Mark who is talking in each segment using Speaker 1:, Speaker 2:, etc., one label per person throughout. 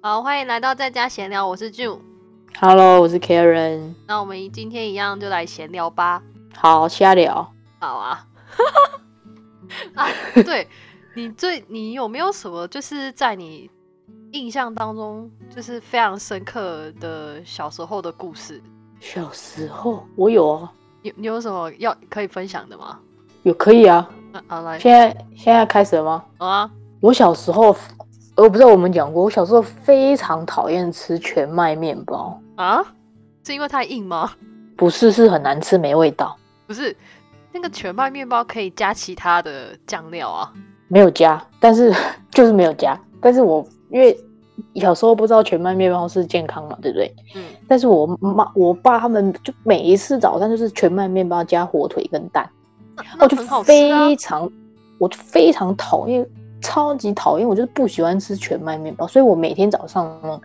Speaker 1: 好，欢迎来到在家闲聊，我是 June。
Speaker 2: Hello，我是 Karen。
Speaker 1: 那我们今天一样就来闲聊吧。
Speaker 2: 好，瞎聊。
Speaker 1: 好啊。 啊，对你最你有没有什么就是在你印象当中就是非常深刻的小时候的故事？
Speaker 2: 小时候我有啊，
Speaker 1: 你你有什么要可以分享的吗？
Speaker 2: 有可以啊。
Speaker 1: 嗯，好来，
Speaker 2: 现在现在开始了吗？
Speaker 1: 好啊。
Speaker 2: 我小时候，呃我不知道我们讲过，我小时候非常讨厌吃全麦面包，
Speaker 1: 啊？是因为太硬吗？
Speaker 2: 不是是很难吃，没味道，
Speaker 1: 不是，那个全麦面包可以加其他的酱料啊。
Speaker 2: 没有加，但是 就是没有加。但是我因为小时候不知道全麦面包是健康嘛，对不对？
Speaker 1: 嗯，
Speaker 2: 但是我妈我爸他们就每一次早上就是全麦面包加火腿跟蛋。
Speaker 1: 那
Speaker 2: 我
Speaker 1: 那
Speaker 2: 哦就
Speaker 1: 很好吃啊
Speaker 2: 非。常，我就非常讨厌，超级讨厌，我就是不喜欢吃全麦面包，所以我每天早上呢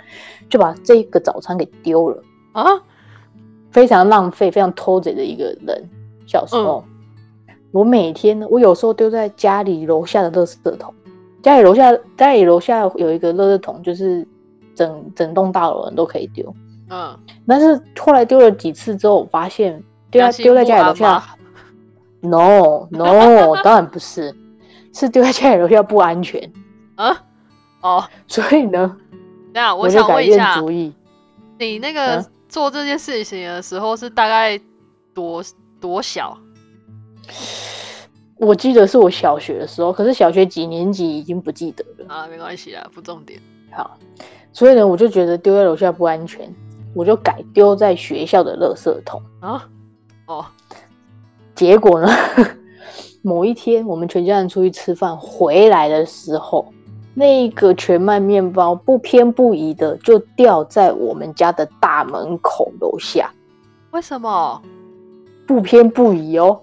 Speaker 2: 就把这个早餐给丢了，
Speaker 1: 啊，
Speaker 2: 非常浪费，非常偷贼的一个人。小时候，
Speaker 1: 嗯
Speaker 2: 我每天呢，我有时候丢在家里楼下的垃圾桶，家里楼下家里楼下有一个垃圾桶，就是整整栋大楼人都可以丢，
Speaker 1: 嗯，
Speaker 2: 但是后来丢了几次之后，我发现丢
Speaker 1: 良
Speaker 2: 在
Speaker 1: 心
Speaker 2: 丢在
Speaker 1: 不
Speaker 2: 家里
Speaker 1: 安
Speaker 2: 楼下
Speaker 1: 吗。
Speaker 2: No No，当然不是，是丢在家里楼下不安全，
Speaker 1: 啊，哦，
Speaker 2: 所以呢，
Speaker 1: 那
Speaker 2: 我
Speaker 1: 我
Speaker 2: 就
Speaker 1: 想
Speaker 2: 改
Speaker 1: 问一
Speaker 2: 变
Speaker 1: 下，
Speaker 2: 主意。
Speaker 1: 你那个
Speaker 2: 嗯
Speaker 1: 做这件事情的时候是大概多多小？
Speaker 2: 我记得是我小学的时候，可是小学几年级已经不记得了。
Speaker 1: 啊，没关系啊，不重点。
Speaker 2: 好，所以呢，我就觉得丢在楼下不安全，我就改丢在学校的垃圾桶。
Speaker 1: 啊，哦，
Speaker 2: 结果呢， 某一天我们全家人出去吃饭，回来的时候，那个全麦面包不偏不倚的就掉在我们家的大门口楼下，
Speaker 1: 为什么？
Speaker 2: 不偏不倚哦。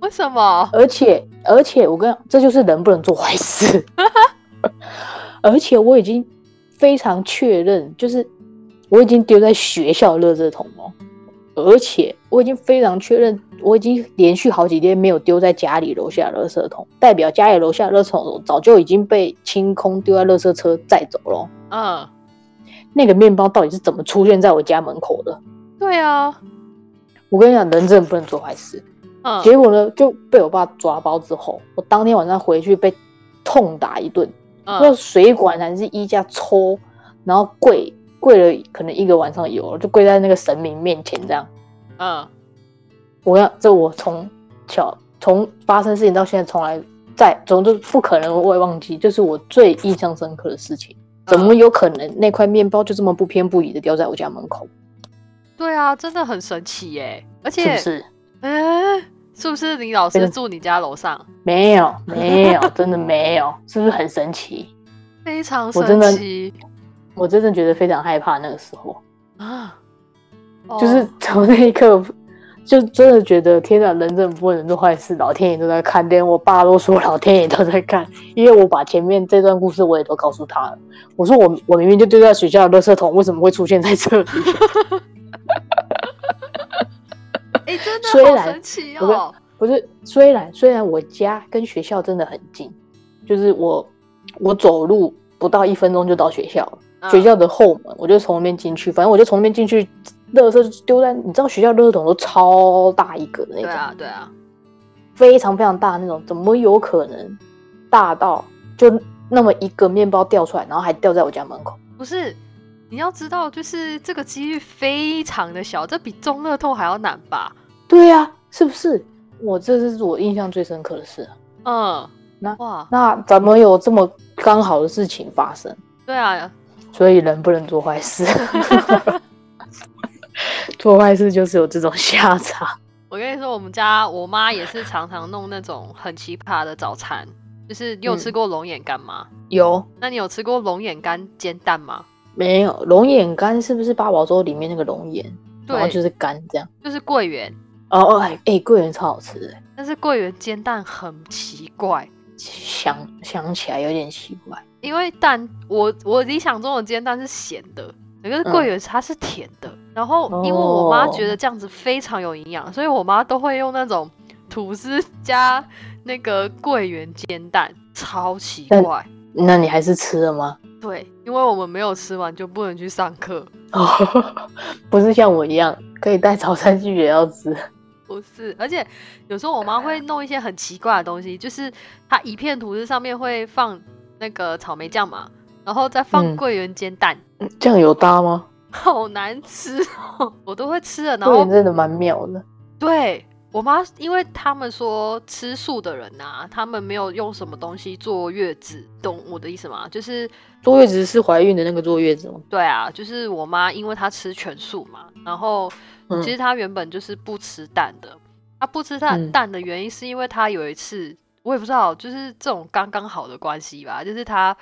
Speaker 1: 为什么？
Speaker 2: 而且而且我跟你讲这就是人不能做坏事。而且我已经非常确认，就是我已经丢在学校垃圾桶哦，而且我已经非常确认，我已经连续好几天没有丢在家里楼下垃圾桶，代表家里楼下垃圾桶早就已经被清空，丢在垃圾车载走了哦。
Speaker 1: 嗯，
Speaker 2: 那个面包到底是怎么出现在我家门口的？
Speaker 1: 对啊，
Speaker 2: 我跟你讲，人真的不能做坏事。
Speaker 1: 嗯，
Speaker 2: 结果呢就被我爸抓包之后，我当天晚上回去被痛打一顿，那
Speaker 1: 嗯，
Speaker 2: 水管还是衣架抽，然后跪跪了可能一个晚上有了，就跪在那个神明面前这样。
Speaker 1: 嗯，
Speaker 2: 我要这我从小从发生事情到现在，从来在总之不可能我也忘记，这是我最印象深刻的事情。怎么
Speaker 1: 嗯
Speaker 2: 有可能那块面包就这么不偏不倚的掉在我家门 口？
Speaker 1: 对啊，真的很神奇耶！而
Speaker 2: 是
Speaker 1: 且
Speaker 2: 不，是？
Speaker 1: 哎、是不是你老师
Speaker 2: 嗯
Speaker 1: 住你家楼上？
Speaker 2: 没有，没有，真的没有，是不是很神奇？
Speaker 1: 非常
Speaker 2: 我真
Speaker 1: 神
Speaker 2: 的
Speaker 1: 奇
Speaker 2: 我真的觉得非常害怕那个时候。
Speaker 1: 啊！哦
Speaker 2: 就是从那一刻，就真的觉得天哪，人真的不能做坏事，老天爷都在看，连我爸都说老天爷都在看，因为我把前面这段故事我也都告诉他了，我说我我明明就丢在学校的垃圾桶，为什么会出现在这里？
Speaker 1: 哎、真的
Speaker 2: 虽
Speaker 1: 好
Speaker 2: 然
Speaker 1: 神奇
Speaker 2: 我跟
Speaker 1: 哦！
Speaker 2: 不是，虽然虽然我家跟学校真的很近，就是我我走路不到一分钟就到学校了。
Speaker 1: 嗯
Speaker 2: 学校的后门，我就从那边进去，反正我就从那边进去，垃圾就丢在，你知道学校垃圾桶都超大一个的那
Speaker 1: 对
Speaker 2: 种，
Speaker 1: 啊，对啊，
Speaker 2: 非常非常大的那种，怎么有可能大到就那么一个面包掉出来，然后还掉在我家门口？
Speaker 1: 不是，你要知道，就是这个几率非常的小，这比中乐透还要难吧？
Speaker 2: 对呀、是不是？我这是我印象最深刻的事。
Speaker 1: 嗯，
Speaker 2: 那
Speaker 1: 哇，
Speaker 2: 那怎么有这么刚好的事情发生？
Speaker 1: 对啊，
Speaker 2: 所以人不能做坏事， 做坏事就是有这种下场。
Speaker 1: 我跟你说，我们家我妈也是常常弄那种很奇葩的早餐，就是你有吃过龙眼干吗？
Speaker 2: 有
Speaker 1: 那你有吃过龙眼干煎蛋吗？
Speaker 2: 没有龙眼干是不是八宝粥里面那个龙眼？然后
Speaker 1: 对，
Speaker 2: 就是干这样。
Speaker 1: 就是桂圆，
Speaker 2: 哦哦，哎、哎桂圆超好吃的，
Speaker 1: 但是桂圆煎蛋很奇怪，
Speaker 2: 想想起来有点奇怪。
Speaker 1: 因为蛋，我我理想中的煎蛋是咸的，可是桂
Speaker 2: 嗯
Speaker 1: 圆它是甜的。然后因为我妈觉得这样子非常有营养，所以我妈都会用那种吐司加那个桂圆煎蛋，超奇
Speaker 2: 但
Speaker 1: 怪。
Speaker 2: 那你还是吃了吗？
Speaker 1: 对，因为我们没有吃完就不能去上课，
Speaker 2: 哦， 不是像我一样可以带早餐去学校吃。
Speaker 1: 不是，而且有时候我妈会弄一些很奇怪的东西，就是她一片吐司上面会放那个草莓酱嘛，然后再放
Speaker 2: 嗯
Speaker 1: 桂圆煎蛋，
Speaker 2: 这样有搭吗？
Speaker 1: 好难吃哦，我都会吃了，然
Speaker 2: 对，
Speaker 1: 后
Speaker 2: 真的蛮妙的。
Speaker 1: 对我妈，因为他们说吃素的人呐、他们没有用什么东西坐月子，懂我的意思吗？就是
Speaker 2: 坐月子是怀孕的那个坐月子吗？
Speaker 1: 对啊，就是我妈，因为她吃全素嘛，然后
Speaker 2: 嗯
Speaker 1: 其实她原本就是不吃蛋的。她不吃蛋
Speaker 2: 嗯
Speaker 1: 蛋的原因是因为她有一次，我也不知道，就是这种刚刚好的关系吧，就是她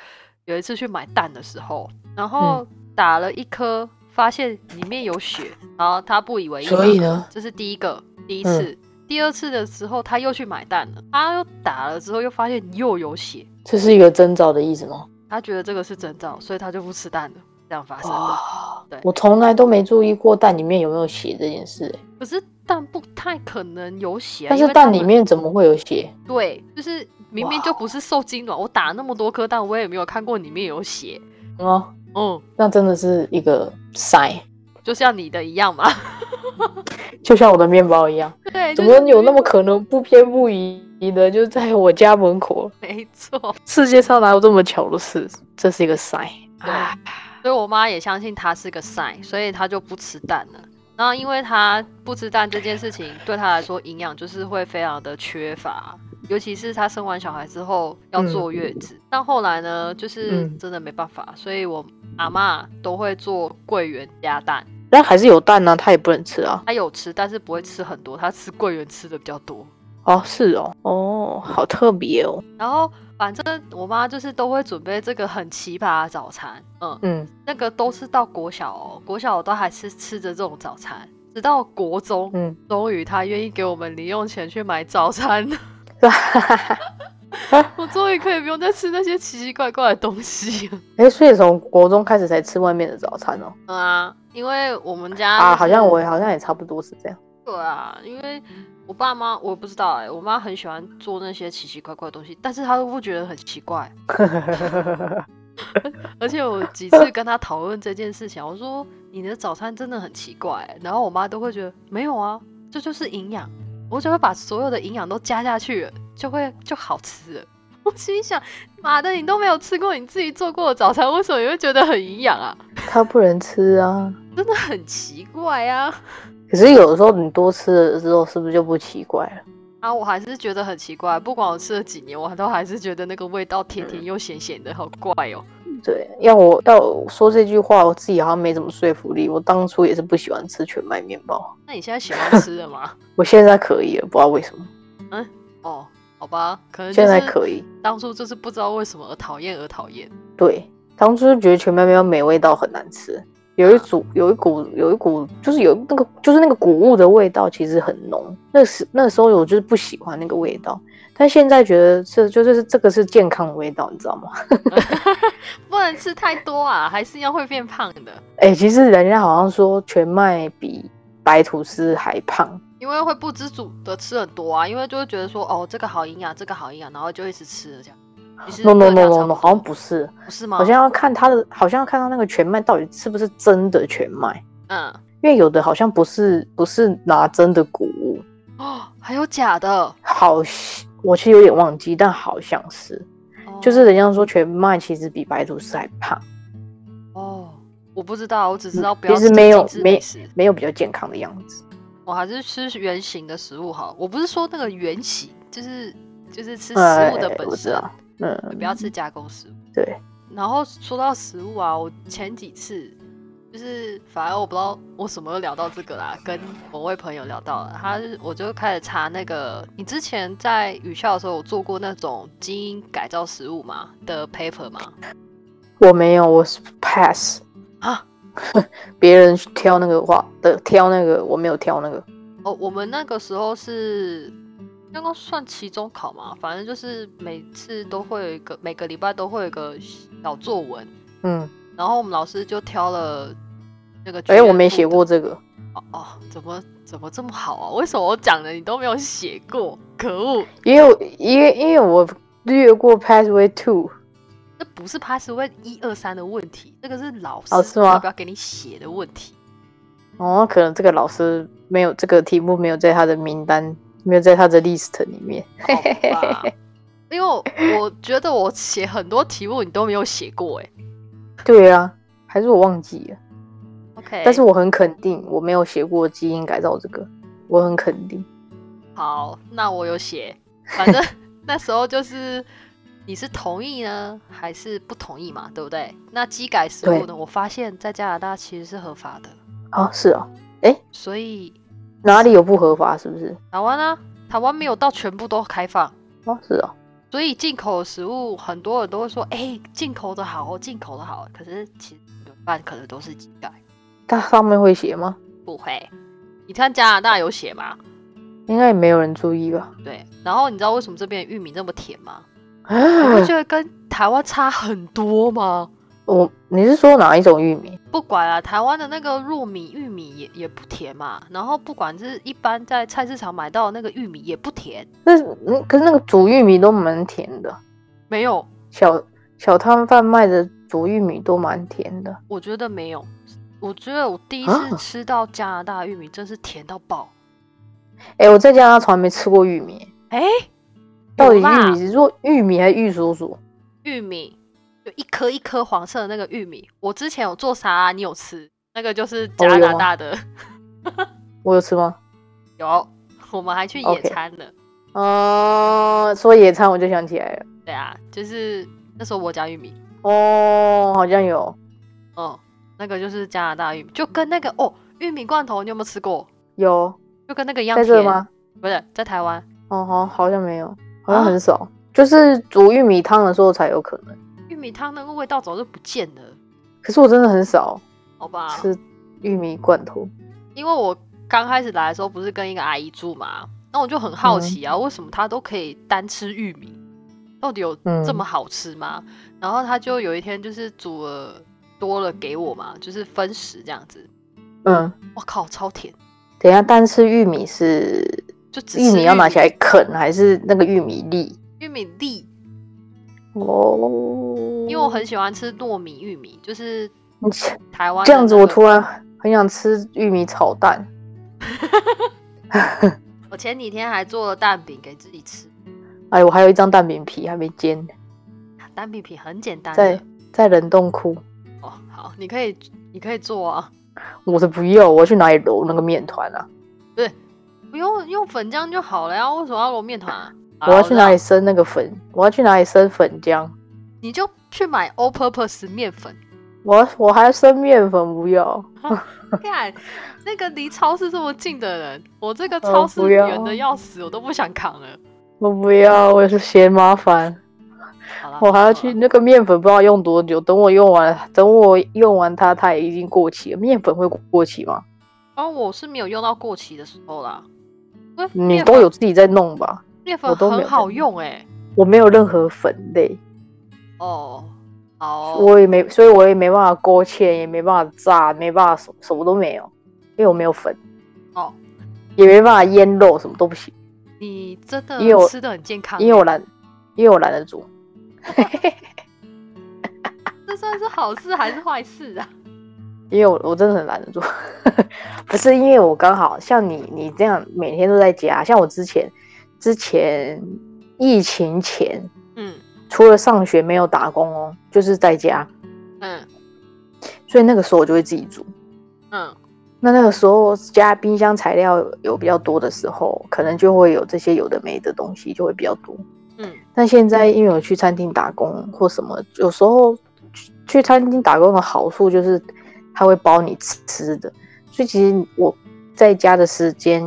Speaker 1: 有一次去买蛋的时候，然后
Speaker 2: 嗯
Speaker 1: 打了一颗，发现里面有血，然后她不以为意嘛，
Speaker 2: 所以呢，
Speaker 1: 这是第一个，第一
Speaker 2: 嗯
Speaker 1: 次。第二次的时候，她又去买蛋了，她又打了之后，又发现又有血，
Speaker 2: 这是一个征兆的意思吗？
Speaker 1: 她觉得这个是征兆，所以她就不吃蛋了。这样发生的。
Speaker 2: 哇
Speaker 1: 对
Speaker 2: 我从来都没注意过蛋里面有没有血这件事、欸
Speaker 1: 可是蛋不太可能有血啊、
Speaker 2: 但
Speaker 1: 因
Speaker 2: 是
Speaker 1: 为
Speaker 2: 蛋
Speaker 1: 他
Speaker 2: 里
Speaker 1: 们
Speaker 2: 面怎么会有血？
Speaker 1: 对，就是明明就不是受精卵，我打那么多颗蛋，我也没有看过里面有血。
Speaker 2: 嗯哦，
Speaker 1: 嗯，
Speaker 2: 那真的是一个 sign，
Speaker 1: 就像你的一样嘛。
Speaker 2: 就像我的面包一样，
Speaker 1: 对，
Speaker 2: 怎
Speaker 1: 哎就
Speaker 2: 么
Speaker 1: 是
Speaker 2: 有那
Speaker 1: 明
Speaker 2: 么可能不偏不倚的就在我家门口？
Speaker 1: 没错？
Speaker 2: 世界上哪有这么巧的事？这是一个 sign。
Speaker 1: 对，所以我妈也相信它是个 sign，所以她就不吃蛋了。然后因为她不吃蛋这件事情对她来说营养就是会非常的缺乏，尤其是她生完小孩之后要坐月子。但后来呢，就是
Speaker 2: 嗯
Speaker 1: 真的没办法，所以我阿妈都会做桂圆加蛋。
Speaker 2: 但还是有蛋呢、啊，它也不能吃啊。
Speaker 1: 她有吃，但是不会吃很多，她吃桂圆吃的比较多。
Speaker 2: 哦，是哦，哦，好特别哦。
Speaker 1: 然后反正我妈就是都会准备这个很奇葩的早餐，嗯，
Speaker 2: 嗯，
Speaker 1: 那个都是到国小哦，国小我都还是吃着这种早餐，直到国中，
Speaker 2: 嗯
Speaker 1: 终于他愿意给我们零用钱去买早餐， 我终于可以不用再吃那些奇奇怪怪的东西了。
Speaker 2: 哎，所以从国中开始才吃外面的早餐哦。
Speaker 1: 嗯啊，因为我们家
Speaker 2: 啊，
Speaker 1: 就是
Speaker 2: 好像我好像也差不多是这样。
Speaker 1: 对啊，因为我爸妈我不知道哎、我妈很喜欢做那些奇奇怪怪的东西，但是她都不觉得很奇怪。 而且我几次跟她讨论这件事情，我说你的早餐真的很奇怪、欸然后我妈都会觉得没有啊，这就是营养，我就会把所有的营养都加下去了，就会就好吃了。 我心里想，妈的，你都没有吃过你自己做过的早餐，为什么你会觉得很营养啊？
Speaker 2: 它不能吃啊。
Speaker 1: 真的很奇怪啊！
Speaker 2: 可是有的时候你多吃了之后，是不是就不奇怪了？
Speaker 1: 啊，我还是觉得很奇怪，不管我吃了几年，我都还是觉得那个味道甜甜又咸咸的，好怪哦。
Speaker 2: 对，要我要我说这句话，我自己好像没怎么说服力。我当初也是不喜欢吃全麦面包，
Speaker 1: 那你现在喜欢吃了吗？
Speaker 2: 我现在可以了，不知道为什么，
Speaker 1: 哦，好吧，可能就
Speaker 2: 现在
Speaker 1: 是
Speaker 2: 可以。
Speaker 1: 当初就是不知道为什么而讨厌而讨厌。
Speaker 2: 对，当初觉得全麦面包没味道，很难吃。有一
Speaker 1: 嗯
Speaker 2: 组，有一股，有一股，就是有那个，就是那个谷物的味道，其实很浓。那时那时候我就是不喜欢那个味道，但现在觉得这就是这个是健康的味道，你知道吗？
Speaker 1: 不能吃太多啊，还是要会变胖的，
Speaker 2: 哎、其实人家好像说全麦比白吐司还胖，
Speaker 1: 因为会不知足的吃很多啊，因为就会觉得说哦这个好营养，这个好营养，然后就一直吃了这样。你是
Speaker 2: no no
Speaker 1: 热量嗯差不多
Speaker 2: no no no，好像不是，
Speaker 1: 不是吗？
Speaker 2: 好像要看它的，好像要看它那个全麦到底是不是真的全麦，
Speaker 1: 嗯
Speaker 2: 因为有的好像不是不是拿真的谷物，
Speaker 1: 哦，还有假的，
Speaker 2: 好像，我其实有点忘记，但好像是，就是人家说全麦其实比白吐司还胖，
Speaker 1: 哦，我不知道，我只知
Speaker 2: 嗯
Speaker 1: 道不要
Speaker 2: 其
Speaker 1: 吃
Speaker 2: 实没有
Speaker 1: 精致
Speaker 2: 没
Speaker 1: 美食。
Speaker 2: 没有比较健康的样子。
Speaker 1: 我哦还是吃原形的食物好。我不是说那个原形，就是就是吃食
Speaker 2: 呃
Speaker 1: 物的本
Speaker 2: 我知
Speaker 1: 身，
Speaker 2: 道，嗯，
Speaker 1: 不要吃加工食物。
Speaker 2: 对，
Speaker 1: 然后说到食物啊，我前几次就是反正我不知道我什么时候聊到这个啦，跟某位朋友聊到了，他是我就开始查那个你之前在语校的时候有做过那种基因改造食物嘛的 paper 吗？
Speaker 2: 我没有，我是 pass
Speaker 1: 啊。
Speaker 2: 别人挑那个话的挑那个，我没有挑那个。
Speaker 1: 哦，我们那个时候是刚刚算期中考嘛，反正就是每次都会有一个，每个礼拜都会有一个小作文，
Speaker 2: 嗯，
Speaker 1: 然后我们老师就挑了那个。
Speaker 2: 哎、我没写过。这个，
Speaker 1: 哦哦，怎么怎么这么好啊？为什么我讲的你都没有写过？可恶！
Speaker 2: 因为因为因为我略过 pathway two，
Speaker 1: 这不是 pass 问一二三的问题，这个是老
Speaker 2: 哦
Speaker 1: 师
Speaker 2: 是吗
Speaker 1: 要不要给你写的问题。
Speaker 2: 哦，可能这个老师没有这个题目没有在他的名单，没有在他的 list 里面。
Speaker 1: 好 吧因为我我觉得我写很多题目你都没有写过 哎、
Speaker 2: 对啊，还是我忘记了。
Speaker 1: OK，
Speaker 2: 但是我很肯定，我没有写过基因改造这个，我很肯定。
Speaker 1: 好，那我有写，反正那时候就是你是同意呢还是不同意嘛，对不对？那基改食物呢，我发现在加拿大其实是合法的，
Speaker 2: 啊，是啊，
Speaker 1: 所以
Speaker 2: 哪里有不合法？是不是？
Speaker 1: 台湾呢、台湾没有到全部都开放。
Speaker 2: 哦，是啊，
Speaker 1: 所以进口的食物，很多人都会说：“哎、进口的好哦，进口的好。”可是其实有一半可能都是基改，
Speaker 2: 它上面会写吗？
Speaker 1: 不会。你看加拿大有写吗？
Speaker 2: 应该也没有人注意吧？
Speaker 1: 对。然后你知道为什么这边的玉米那么甜吗？你不
Speaker 2: 我
Speaker 1: 觉得跟台湾差很多吗？
Speaker 2: 我你是说哪一种玉米？
Speaker 1: 不管啊，台湾的那个糯米玉米也也不甜嘛，然后不管是一般在菜市场买到的那个玉米也不甜，
Speaker 2: 那嗯，可是那个煮玉米都蛮甜的，
Speaker 1: 没有，
Speaker 2: 小小摊贩卖的煮玉米都蛮甜的。
Speaker 1: 我觉得没有，我觉得我第一
Speaker 2: 啊
Speaker 1: 次吃到加拿大的玉米真是甜到爆，
Speaker 2: 哎、我在加拿大从来没吃过玉米，
Speaker 1: 哎、
Speaker 2: 到底
Speaker 1: 有啦
Speaker 2: 玉米是做玉米还是玉蜀黍？
Speaker 1: 玉米，就一颗一颗黄色的那个玉米。我之前有做沙拉，你有吃？那个就是加拿大的，
Speaker 2: 我哦有吃吗？
Speaker 1: 有，我们还去野
Speaker 2: OK
Speaker 1: 餐呢。
Speaker 2: 嗯，说野餐我就想起来了，
Speaker 1: 对啊，就是那时候我家玉米，
Speaker 2: 哦，好像有
Speaker 1: 嗯，那个就是加拿大玉米，就跟那个哦玉米罐头，你有没有吃过？
Speaker 2: 有
Speaker 1: 就跟那个一样
Speaker 2: 在
Speaker 1: 甜
Speaker 2: 这吗？？
Speaker 1: 不是，在台湾。
Speaker 2: 哦，好，好像没有，好像
Speaker 1: 啊
Speaker 2: 很少，就是煮玉米汤的时候才有可能。
Speaker 1: 玉米汤那个味道早就不见了，
Speaker 2: 可是我真的很少
Speaker 1: 好吧？
Speaker 2: 吃玉米罐头，
Speaker 1: 因为我刚开始来的时候不是跟一个阿姨住嘛，那我就很
Speaker 2: 嗯
Speaker 1: 好奇啊，为什么她都可以单吃玉米，到底有
Speaker 2: 嗯
Speaker 1: 这么好吃吗？然后她就有一天就是煮了多了给我嘛，就是分食这样子。
Speaker 2: 嗯，
Speaker 1: 我靠，超甜！
Speaker 2: 等一下单吃玉米是
Speaker 1: 就只
Speaker 2: 玉
Speaker 1: 吃
Speaker 2: 米要拿起来啃，还是那个玉米粒？
Speaker 1: 玉米粒，
Speaker 2: 哦，
Speaker 1: 因为我很喜欢吃糯米玉米，就是
Speaker 2: 你
Speaker 1: 台湾的
Speaker 2: 这样子，我
Speaker 1: 那个
Speaker 2: 突然很想吃玉米炒蛋。
Speaker 1: 我前几天还做了蛋饼给自己吃，
Speaker 2: 哎，我还有一张蛋饼皮还没煎，
Speaker 1: 啊蛋饼皮很简单
Speaker 2: 在
Speaker 1: 的
Speaker 2: 在冷冻库。
Speaker 1: 哦。好，你可以你可以做啊。
Speaker 2: 我的不要，我要去哪里揉那个面团啊？
Speaker 1: 不用用粉浆就好了呀，为什么要揉面团啊、好
Speaker 2: 我要去哪？里
Speaker 1: 知道
Speaker 2: 生那个粉？我要去哪里生粉浆？
Speaker 1: 你就去买 all purpose 面粉，
Speaker 2: 我要我还要生面粉不要？
Speaker 1: 看那个离超市这么近的人，我这个
Speaker 2: 呃
Speaker 1: 超市
Speaker 2: 不要
Speaker 1: 远的要死，我都不想扛了。
Speaker 2: 我不要，我是嫌麻烦。
Speaker 1: 好啦
Speaker 2: 我还要
Speaker 1: 好
Speaker 2: 去
Speaker 1: 啦
Speaker 2: 那个面粉，不知道用多久。等我用完，等我用完它，它也已经过期了。面粉会过期吗？
Speaker 1: 哦，我是没有用到过期的时候啦。因为
Speaker 2: 你
Speaker 1: 面
Speaker 2: 都
Speaker 1: 粉
Speaker 2: 有自己在弄吧？
Speaker 1: 面
Speaker 2: 我
Speaker 1: 粉
Speaker 2: 都没有
Speaker 1: 很好
Speaker 2: 在
Speaker 1: 用哎、
Speaker 2: 我没有任何粉类，
Speaker 1: 哦，好，
Speaker 2: 我也没，所以我也没办法勾芡，也没办法炸，没办法什什么都没有，因为我没有粉，
Speaker 1: 哦，
Speaker 2: 也没办法腌肉，什么都不行，
Speaker 1: 你真的
Speaker 2: 因为我
Speaker 1: 吃的很健康欸、
Speaker 2: 因为我懒，因为我懒得煮。
Speaker 1: 这算是好事还是坏事啊？
Speaker 2: 因为我我真的很懒得做， 不是因为我刚好像你你这样每天都在家，像我之前之前疫情前
Speaker 1: 嗯
Speaker 2: 除了上学没有打工哦，就是在家，
Speaker 1: 嗯
Speaker 2: 所以那个时候我就会自己煮。
Speaker 1: 嗯，
Speaker 2: 那那个时候家冰箱材料有比较多的时候，可能就会有这些有的没的东西就会比较多。
Speaker 1: 嗯，
Speaker 2: 但现在因为我去餐厅打工或什么，有时候去去餐厅打工的好处就是他会包你吃的，所以其实我在家的时间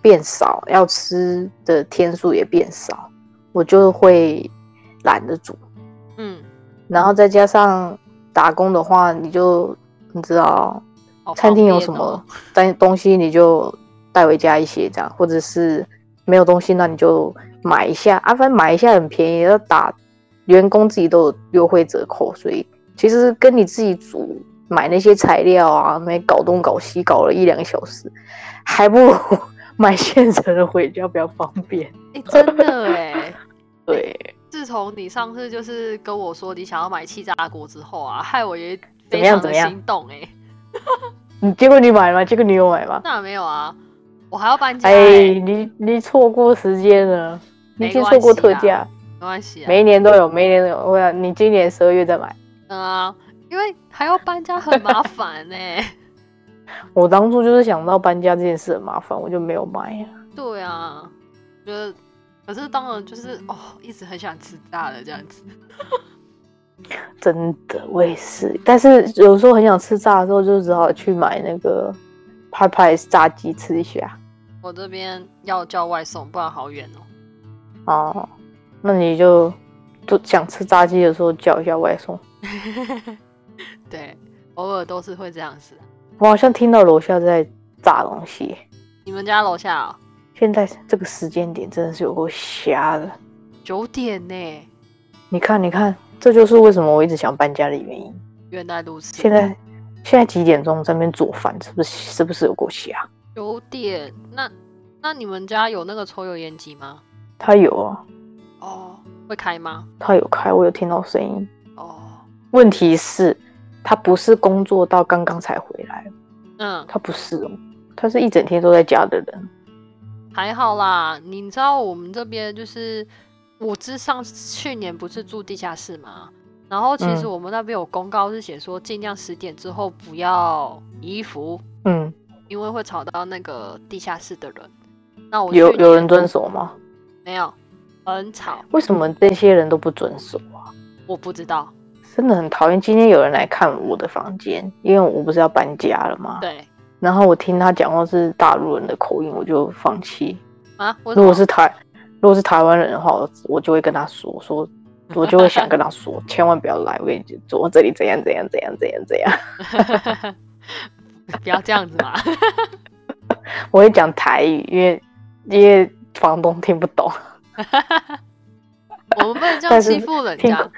Speaker 2: 变少，要吃的天数也变少，我就会懒得煮。
Speaker 1: 嗯，
Speaker 2: 然后再加上打工的话，你就你知道
Speaker 1: 好
Speaker 2: 餐厅
Speaker 1: 方
Speaker 2: 有
Speaker 1: 便
Speaker 2: 什么
Speaker 1: 哦
Speaker 2: 单东西你就带回家一些这样，或者是没有东西那你就买一下，啊，反正买一下很便宜，要打员工自己都有优惠折扣，所以其实跟你自己煮买那些材料啊，那搞东搞西搞了一两个小时，还不如 买现成的回家比较方便。
Speaker 1: 哎、真的哎、
Speaker 2: 对，
Speaker 1: 自自从你上次就是跟我说你想要买气炸锅之后啊，害我也
Speaker 2: 怎
Speaker 1: 非
Speaker 2: 么样
Speaker 1: 常
Speaker 2: 怎
Speaker 1: 的
Speaker 2: 么样
Speaker 1: 心动哎、
Speaker 2: 你结果你买吗？结果你有买吗？
Speaker 1: 那没有啊，我还要搬家、
Speaker 2: 哎、
Speaker 1: 欸，
Speaker 2: 你你错过时间了，你已经错过特价，
Speaker 1: 没关系啊，
Speaker 2: 每一年都有，每一年都有。我想你今年十二月再买。
Speaker 1: 嗯啊，因为还要搬家很麻烦呢、
Speaker 2: 我当初就是想到搬家这件事很麻烦，我就没有买啊。
Speaker 1: 对啊，觉得可是当然就是哦，一直很想吃炸的这样子。
Speaker 2: 真的，我也是。但是有时候很想吃炸的时候，就只好去买那个派派炸鸡吃一下。
Speaker 1: 我这边要叫外送，不然好远哦。
Speaker 2: 哦，那你就就想吃炸鸡的时候叫一下外送。
Speaker 1: 对，偶尔都是会这样子。
Speaker 2: 我好像听到楼下在炸东西。
Speaker 1: 你们家楼下哦
Speaker 2: 现在这个时间点真的是有够瞎的。
Speaker 1: 九、点呢、
Speaker 2: 你看，你看，这就是为什么我一直想搬家的原因。
Speaker 1: 原来如此。
Speaker 2: 现在现在几点钟在那边做饭，是不是是不是有够瞎？
Speaker 1: 九点，那那你们家有那个抽油烟机吗？
Speaker 2: 他有啊，
Speaker 1: 哦，会开吗？
Speaker 2: 他有开，我有听到声音。
Speaker 1: 哦，
Speaker 2: 问题是，他不是工作到刚刚才回来，
Speaker 1: 嗯，
Speaker 2: 他不是哦，他是一整天都在家的人。
Speaker 1: 还好啦。你知道我们这边就是，我之上去年不是住地下室吗？然后其实
Speaker 2: 嗯
Speaker 1: 我们那边有公告是写说，尽量十点之后不要洗衣服，
Speaker 2: 嗯，
Speaker 1: 因为会吵到那个地下室的人。那我
Speaker 2: 有
Speaker 1: 去
Speaker 2: 有
Speaker 1: 年
Speaker 2: 人遵守吗？
Speaker 1: 没有？很吵，
Speaker 2: 为什么这些人都不遵守啊？
Speaker 1: 我不知道。
Speaker 2: 真的很讨厌。今天有人来看我的房间，因为我不是要搬家了吗？
Speaker 1: 对
Speaker 2: 然后我听他讲话是大陆人的口音，我就放弃。
Speaker 1: 啊，我
Speaker 2: 如果是台，如果是台湾人的话，我我就会跟他说说，我就会想跟他说，千万不要来，我跟你说我这里怎样怎样怎样怎样怎样，
Speaker 1: 不要这样子嘛。
Speaker 2: 我会讲台语，因为因为房东听不懂，
Speaker 1: 我们不能这样
Speaker 2: 但是
Speaker 1: 欺负人
Speaker 2: 听
Speaker 1: 家。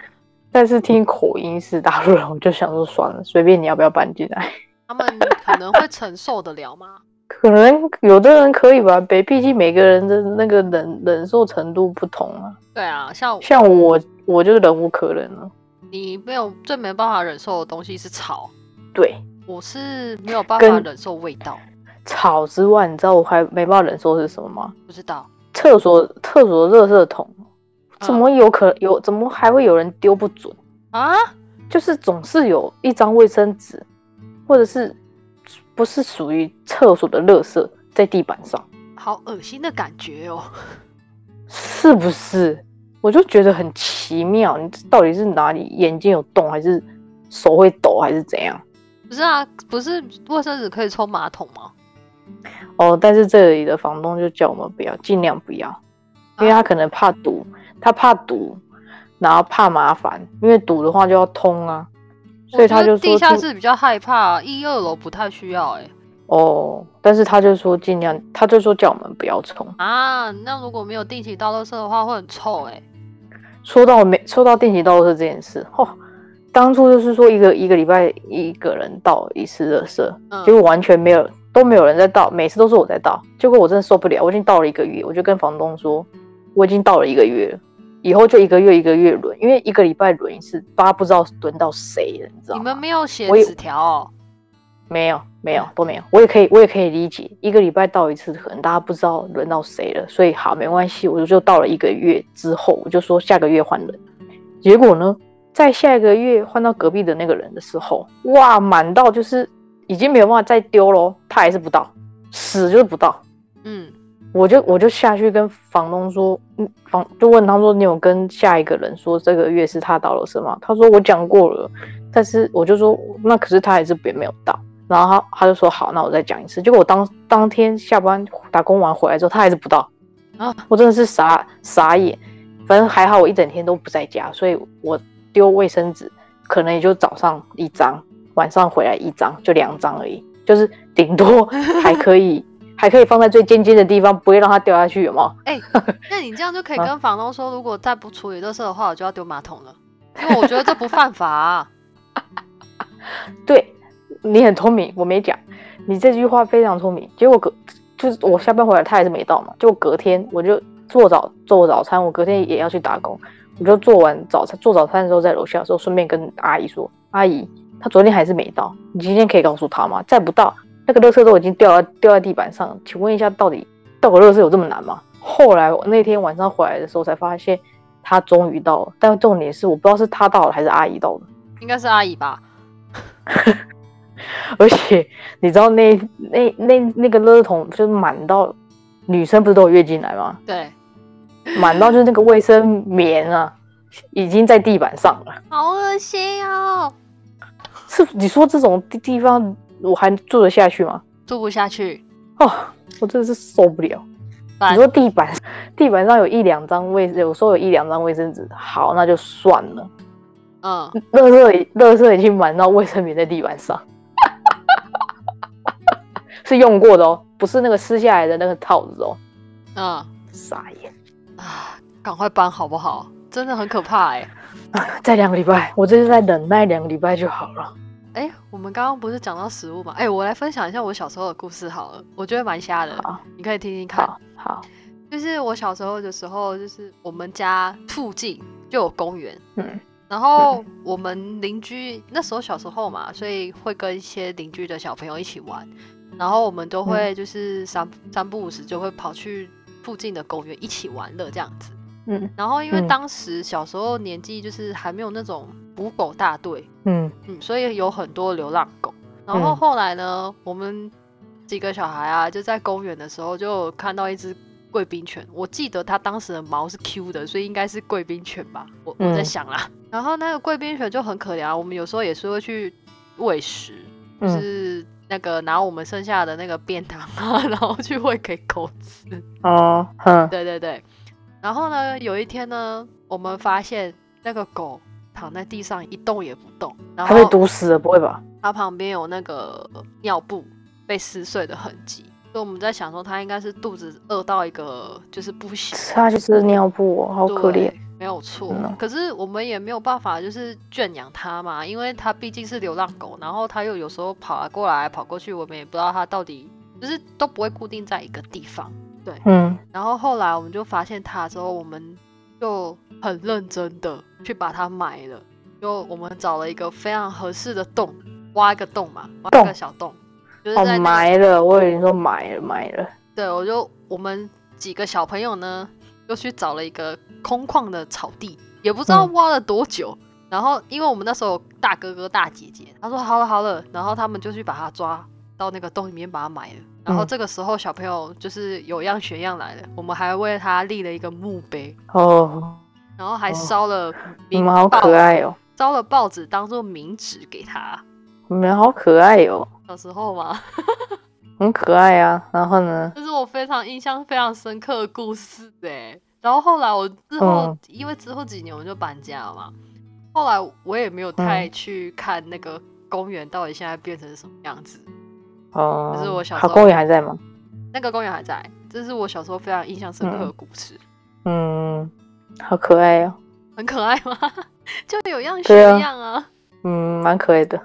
Speaker 2: 但是听口音是大陆人，我就想说算了，随便你要不要搬进来。
Speaker 1: 他们可能会承受得了吗？
Speaker 2: 可能有的人可以吧，北毕竟每个人的那个忍忍受程度不同啊。
Speaker 1: 对啊，像
Speaker 2: 像我，我就忍无可忍了。
Speaker 1: 你没有最没办法忍受的东西是草，
Speaker 2: 对，
Speaker 1: 我是没有办法
Speaker 2: 跟
Speaker 1: 忍受味道，
Speaker 2: 吵之外，你知道我还没办法忍受是什么吗？
Speaker 1: 不知道。
Speaker 2: 厕所厕所热热桶，
Speaker 1: 嗯
Speaker 2: 怎么有可、有？怎么还会有人丢不准？
Speaker 1: 啊？
Speaker 2: 就是总是有一张卫生纸，或者是不是属于厕所的垃圾在地板上，
Speaker 1: 好恶心的感觉哦！
Speaker 2: 是不是？我就觉得很奇妙，你这到底是哪里眼睛有洞，还是手会抖，还是怎样？
Speaker 1: 不是啊，不是卫生纸可以冲马桶吗？
Speaker 2: 哦，但是这里的房东就叫我们不要，尽量不要，因为
Speaker 1: 嗯
Speaker 2: 他可能怕堵，他怕堵，然后怕麻烦，因为堵的话就要通啊，所以他就
Speaker 1: 我觉得地
Speaker 2: 说
Speaker 1: 下
Speaker 2: 尽
Speaker 1: 室比较害怕，一二楼不太需要哎、
Speaker 2: 哦，但是他就说尽量，他就说叫我们不要冲。
Speaker 1: 啊，那如果没有定期倒垃圾的话，会很臭哎、
Speaker 2: 说到没说到定期倒垃圾这件事，哦，当初就是说一个一个礼拜一个人倒一次垃圾，
Speaker 1: 嗯
Speaker 2: 结果完全没有都没有人在倒，每次都是我在倒，结果我真的受不了，我已经倒了一个月，我就跟房东说我已经倒了一个月了，以后就一个月一个月轮，因为一个礼拜轮一次，大家不知道轮到谁了，你知道
Speaker 1: 你
Speaker 2: 吗
Speaker 1: 们？没有写
Speaker 2: 我有
Speaker 1: 纸条哦？
Speaker 2: 没有，没有，都没有。我也可以，我也可以理解，一个礼拜到一次，可能大家不知道轮到谁了，所以好，没关系，我就到了一个月之后，我就说下个月换人。结果呢，在下一个月换到隔壁的那个人的时候，哇，满到就是已经没有办法再丢喽，他还是不到，死就是不到。
Speaker 1: 嗯，
Speaker 2: 我就我就下去跟房东说，嗯，房就问他说，你有跟下一个人说这个月是他倒了是吗？他说我讲过了，但是我就说那可是他还是也没有到，然后他他就说好，那我再讲一次。结果我当当天下班打工完回来之后，他还是不到，
Speaker 1: 啊，
Speaker 2: 我真的是傻傻眼。反正还好我一整天都不在家，所以我丢卫生纸可能也就早上一张，晚上回来一张，就两张而已，就是顶多还可以还可以放在最尖尖的地方，不会让它掉下去，有没有？
Speaker 1: 那你这样就可以
Speaker 2: 啊
Speaker 1: 跟房东说，如果再不处理垃圾的话，我就要丢马桶了，因为我觉得这不犯法啊、
Speaker 2: 对，你很聪明，我没讲，你这句话非常聪明。结果隔就是我下班回来，他还是没到嘛。结果隔天我就做早做早餐，我隔天也要去打工，我就做完早餐，做早餐的时候在楼下的时候，顺便跟阿姨说：“阿姨，他昨天还是没到，你今天可以告诉他吗？再不到，那个垃圾都已经掉在掉在地板上，请问一下，到底倒个垃圾有这么难吗？”后来我那天晚上回来的时候才发现，他终于到了，但重点是我不知道是他到了还是阿姨到了，
Speaker 1: 应该是阿姨吧？
Speaker 2: 而且你知道那那那那个垃圾桶就是满到，女生不是都有月经来吗？
Speaker 1: 对，
Speaker 2: 满到就是那个卫生棉啊，已经在地板上了。
Speaker 1: 好恶心哦，
Speaker 2: 是你说这种地地方我还住得下去吗？
Speaker 1: 住不下去，
Speaker 2: 哦，我真的是受不了。你
Speaker 1: 烦
Speaker 2: 说地板地板上有一两张卫，有时候有一两张卫生纸，好那就算了。
Speaker 1: 嗯，
Speaker 2: 垃圾已垃圾已经满到卫生棉在地板上， 是用过的哦，不是那个撕下来的那个套子哦。
Speaker 1: 嗯
Speaker 2: 傻眼
Speaker 1: 啊，赶快搬好不好？真的很可怕哎、
Speaker 2: 啊！再两个礼拜，我这是再忍耐两个礼拜就好了。
Speaker 1: 哎、我们刚刚不是讲到食物嘛？哎、我来分享一下我小时候的故事好了，我觉得蛮瞎的
Speaker 2: 好，
Speaker 1: 你可以听听看。
Speaker 2: 好好，
Speaker 1: 就是我小时候的时候，就是我们家附近就有公园，
Speaker 2: 嗯
Speaker 1: 然后我们邻居那时候小时候嘛，所以会跟一些邻居的小朋友一起玩，然后我们
Speaker 2: 嗯
Speaker 1: 都会就是三三不五时就会跑去附近的公园一起玩乐这样子。
Speaker 2: 嗯
Speaker 1: 然后因为
Speaker 2: 嗯
Speaker 1: 当时小时候年纪就是还没有那种捕狗大队，
Speaker 2: 嗯
Speaker 1: 嗯，所以有很多流浪狗。然后
Speaker 2: 嗯
Speaker 1: 后来呢，我们几个小孩啊，就在公园的时候就有看到一只贵宾犬，我记得它当时的毛是 Q 的，所以应该是贵宾犬吧，我我在
Speaker 2: 嗯
Speaker 1: 想啦。然后那个贵宾犬就很可怜啊，我们有时候也是会去喂食，就
Speaker 2: 嗯
Speaker 1: 是那个拿我们剩下的那个便当啊， 然后去喂给狗吃。
Speaker 2: 哦哼
Speaker 1: 对对对。然后呢，有一天呢，我们发现那个狗躺在地上一动也不动，然
Speaker 2: 它被
Speaker 1: 后
Speaker 2: 毒死了不会吧？
Speaker 1: 它旁边有那个尿布被撕碎的痕迹，所以我们在想说它应该是肚子饿到一个就是不行，
Speaker 2: 它去吃尿布、哦，好可
Speaker 1: 对
Speaker 2: 怜。，
Speaker 1: 没有错。
Speaker 2: 嗯哦
Speaker 1: 可是我们也没有办法就是圈养它嘛，因为它毕竟是流浪狗，然后它又有时候跑来过来跑过去，我们也不知道它到底就是都不会固定在一个地方。
Speaker 2: 嗯
Speaker 1: 然后后来我们就发现它之后，我们就很认真的去把它埋了。就我们找了一个非常合适的洞，挖一个洞嘛，挖一个
Speaker 2: 洞
Speaker 1: 小洞，就是
Speaker 2: 哦
Speaker 1: 在，那个
Speaker 2: 埋了，我以为你说埋了埋了，
Speaker 1: 对，我就我们几个小朋友呢，又去找了一个空旷的草地，也不知道
Speaker 2: 嗯
Speaker 1: 挖了多久。然后因为我们那时候有大哥哥大姐姐，他说好了好了，然后他们就去把它抓到那个洞里面把它埋了。然后
Speaker 2: 嗯
Speaker 1: 这个时候小朋友就是有样学样来了，我们还为他立了一个墓碑，
Speaker 2: 哦，
Speaker 1: 然后还
Speaker 2: 哦
Speaker 1: 烧了
Speaker 2: 你
Speaker 1: 名
Speaker 2: 们好
Speaker 1: 报
Speaker 2: 可爱哦，
Speaker 1: 烧了报纸当做冥纸给他。
Speaker 2: 你们好可爱哦，
Speaker 1: 小时候嘛，
Speaker 2: 很可爱啊。然后呢，
Speaker 1: 这是我非常印象非常深刻的故事哎、然后后来我之后，
Speaker 2: 嗯
Speaker 1: 因为之后几年我就搬家了嘛，后来我也没有
Speaker 2: 嗯
Speaker 1: 太去看那个公园到底现在变成什么样子。
Speaker 2: 哦，
Speaker 1: 这是我小时
Speaker 2: 好
Speaker 1: 候
Speaker 2: 公园还在吗？
Speaker 1: 那个公园还在，这是我小时候非常印象深刻的故事，
Speaker 2: 嗯，好可爱哦，
Speaker 1: 很可爱吗？ 就有样学
Speaker 2: 对啊
Speaker 1: 样啊，
Speaker 2: 嗯，蛮可爱的。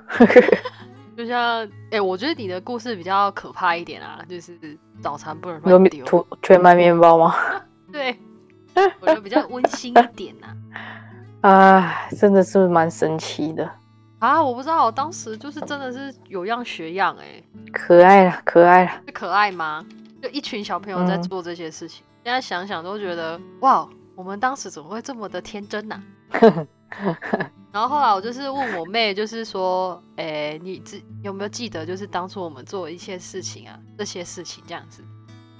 Speaker 1: 就像哎、我觉得你的故事比较可怕一点啊，就是早餐不能
Speaker 2: 有
Speaker 1: 乱丢，
Speaker 2: 土全麦面包吗？
Speaker 1: 对，我觉得比较温馨一点啊。
Speaker 2: 啊，真的是蛮神奇的，
Speaker 1: 啊，我不知道，我当时就是真的是有样学样哎、
Speaker 2: 可爱啦，可爱啦。
Speaker 1: 是可爱吗？就一群小朋友在
Speaker 2: 嗯
Speaker 1: 做这些事情，现在想想都觉得哇，哦我们当时怎么会这么的天真呐、然后后来我就是问我妹，就是说，诶、你记有没有记得，就是当初我们做一些事情啊，这些事情这样子。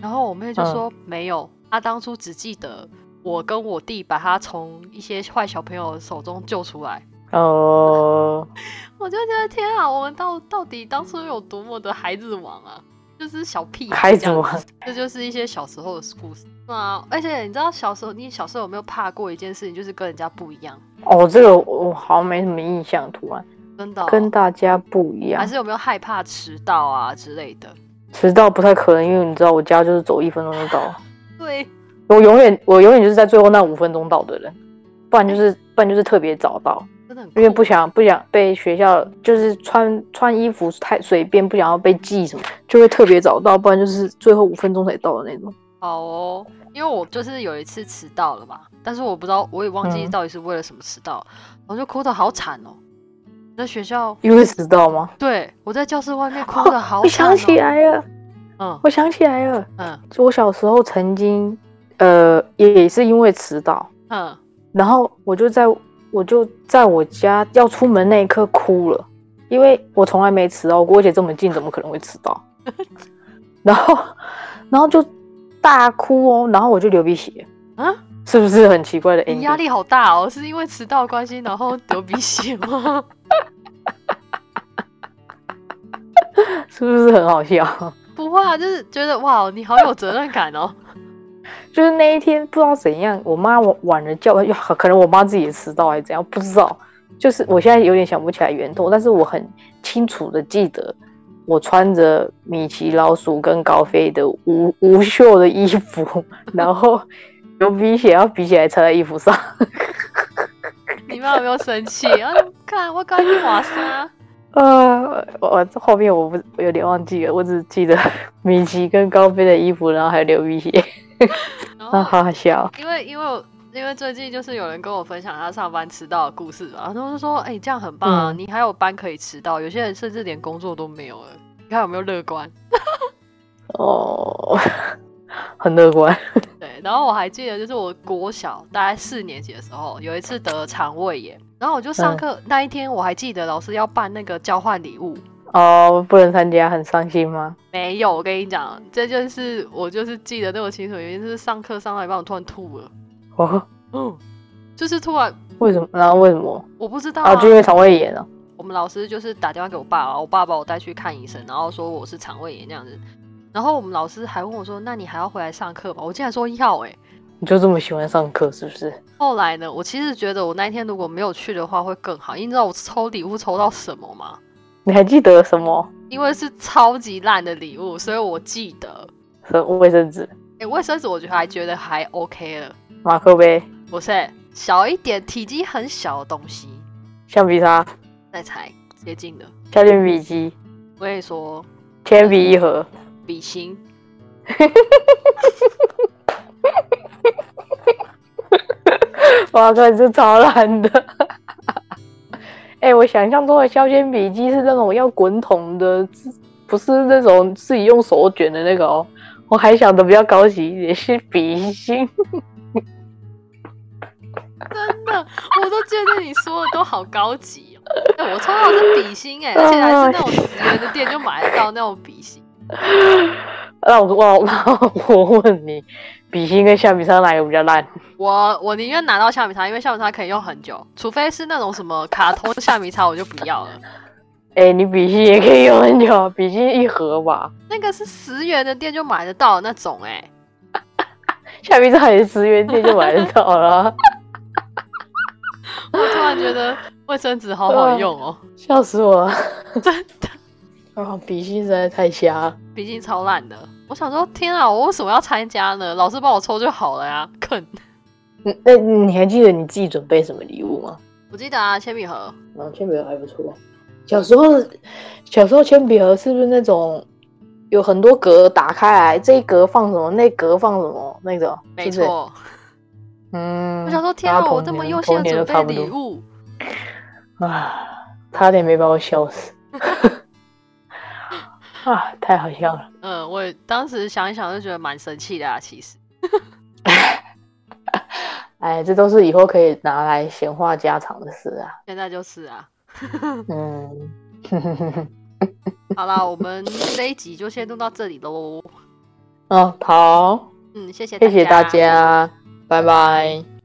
Speaker 1: 然后我妹就说、没有，她当初只记得我跟我弟把她从一些坏小朋友手中救出来。
Speaker 2: 哦，
Speaker 1: 我就觉得天啊，我们到到底当初有多么的孩子王啊！就是小屁
Speaker 2: 孩子
Speaker 1: 王，
Speaker 2: 王
Speaker 1: 这就是一些小时候的故事啊。而且你知道小时候，你小时候有没有怕过一件事情，就是跟人家不一样？
Speaker 2: 哦，这个我好像没什么印象，突然
Speaker 1: 真的哦、
Speaker 2: 跟大家不一样
Speaker 1: 还。是有没有害怕迟到啊之类的？
Speaker 2: 迟到不太可能，因为你知道我家就是走一分钟就到了。
Speaker 1: 对，
Speaker 2: 我永远我永远就是在最后那五分钟到的人，不然就是不然就是特别早到，
Speaker 1: 真的很
Speaker 2: 因为不
Speaker 1: 酷
Speaker 2: 想不想被学校就是穿穿衣服太随便，不想要被记什么，就会特别早到，不然就是最后五分钟才到的那种。
Speaker 1: 好哦。因为我就是有一次迟到了嘛，但是我不知道，我也忘记
Speaker 2: 嗯
Speaker 1: 到底是为了什么迟到，我就哭得好惨哦。在学校，
Speaker 2: 因为迟到吗？
Speaker 1: 对我在教室外面哭
Speaker 2: 哦
Speaker 1: 得好
Speaker 2: 我
Speaker 1: 惨、哦
Speaker 2: 想起来了，
Speaker 1: 嗯
Speaker 2: 我想起来了，
Speaker 1: 嗯
Speaker 2: 就我小时候曾经，呃，也是因为迟到，
Speaker 1: 嗯，
Speaker 2: 然后我就在我就在我家要出门那一刻哭了，因为我从来没迟到过，而且这么近怎么可能会迟 到？然后然后就大哭哦，然后我就流鼻血
Speaker 1: 啊，
Speaker 2: 是不是很奇怪的 e
Speaker 1: 你
Speaker 2: n
Speaker 1: 压力好大哦，是因为迟到的关系，然后流鼻血 吗？
Speaker 2: 是不是很好笑？
Speaker 1: 不会啊，就是觉得哇，你好有责任感哦。
Speaker 2: 就是那一天不知道怎样，我妈晚晚了叫，哎可能我妈自己也迟到还是怎样，不知道。就是我现在有点想不起来源头，但是我很清楚的记得，我穿着米奇老鼠跟高飞的无无袖的衣服， 然后流鼻血，然后鼻血还擦在衣服上。
Speaker 1: 你妈有没有生气？啊，看我刚去瓦莎，
Speaker 2: 呃，我这后面我不我有点忘记了，我只记得米奇跟高飞的衣服，然后还有流鼻血，
Speaker 1: 然后
Speaker 2: 啊，好好笑。
Speaker 1: 因为因为我因为最近就是有人跟我分享他上班迟到的故事嘛，然后就说，哎、这样很棒啊，
Speaker 2: 嗯
Speaker 1: 你还有班可以迟到，有些人甚至连工作都没有了，你看有没有乐观？
Speaker 2: 哦，很乐观。
Speaker 1: 对，然后我还记得就是我国小大概四年级的时候，有一次得肠胃炎，然后我就上
Speaker 2: 嗯
Speaker 1: 课、那一天我还记得老师要办那个交换礼物。
Speaker 2: 哦，不能参加，很伤心吗？
Speaker 1: 没有，我跟你讲，这件事我就是记得那么清楚，原因就是上课上到一半我突然吐了，
Speaker 2: 哦，
Speaker 1: 嗯，就是突然
Speaker 2: 为什么？然后为什么？
Speaker 1: 我不知道、
Speaker 2: 啊，就因为肠胃炎啊。
Speaker 1: 我们老师就是打电话给我爸，我爸把我带去看医生，然后说我是肠胃炎这样子。然后我们老师还问我说：“那你还要回来上课吗？”我竟然说要哎、
Speaker 2: 你就这么喜欢上课是不是？
Speaker 1: 后来呢，我其实觉得我那一天如果没有去的话会更好，因为你知道我抽礼物抽到什么吗？
Speaker 2: 你还记得什么？
Speaker 1: 因为是超级烂的礼物，所以我记得。
Speaker 2: 什么卫生纸、
Speaker 1: 哎、卫生纸我觉得还觉得还 OK 了，
Speaker 2: 马克杯、
Speaker 1: 不是小一点、体积很小的东西，
Speaker 2: 橡皮擦、
Speaker 1: 那才接近的。
Speaker 2: 削铅笔机、
Speaker 1: 我跟你说，
Speaker 2: 铅笔一盒。
Speaker 1: 比心。
Speaker 2: 哇靠，这超烂的！ 哎、我想象中的削铅笔机是那种要滚筒的，不是那种自己用手卷的那个哦。我还想的比较高级一点，是笔芯。
Speaker 1: 真的，我都觉得你说的都好高级哦。 哎、我抽到的是笔芯哎、而且还是那种十元的店就买得到那种笔芯。
Speaker 2: 那我我我我问你，笔芯跟橡皮擦哪个比较烂？
Speaker 1: 我我宁愿拿到橡皮擦，因为橡皮擦可以用很久，除非是那种什么卡通橡皮擦，我就不要了。
Speaker 2: 哎、你笔芯也可以用很久，啊笔芯一盒吧，
Speaker 1: 那个是十元的店就买得到的那种哎、
Speaker 2: 橡皮擦也是十元店就买得到了，
Speaker 1: 我突然觉得卫生纸好好用哦，
Speaker 2: 笑死我了！
Speaker 1: 真的，
Speaker 2: 啊，笔芯实在太瞎了。
Speaker 1: 笔芯超烂的。我想说，天啊，我为什么要参加呢？老师帮我抽就好了呀、坑！
Speaker 2: 嗯那你还记得你自己准备什么礼物吗？
Speaker 1: 我记得啊，铅笔盒，
Speaker 2: 啊，铅笔盒还不错。小时候，小时候铅笔盒是不是那种有很多格打开来，这一格放什么，那格放什么那种？
Speaker 1: 没
Speaker 2: 是不是。
Speaker 1: 错。
Speaker 2: 嗯，
Speaker 1: 我想说，天
Speaker 2: 大
Speaker 1: 啊，
Speaker 2: 家
Speaker 1: 我
Speaker 2: 童
Speaker 1: 这么
Speaker 2: 年
Speaker 1: 用心
Speaker 2: 童年
Speaker 1: 的
Speaker 2: 都
Speaker 1: 准
Speaker 2: 差
Speaker 1: 备
Speaker 2: 不多
Speaker 1: 礼物。
Speaker 2: 啊，差点没把我笑死。啊，太好笑了！
Speaker 1: 嗯，我也当时想一想就觉得蛮生气的啊，其实。
Speaker 2: 哎，这都是以后可以拿来闲话家常的事啊。
Speaker 1: 现在就是啊，
Speaker 2: 嗯，
Speaker 1: 好啦，我们这一集就先录到这里喽。
Speaker 2: 哦，好，
Speaker 1: 嗯，谢谢
Speaker 2: 谢谢大家，拜拜。
Speaker 1: 拜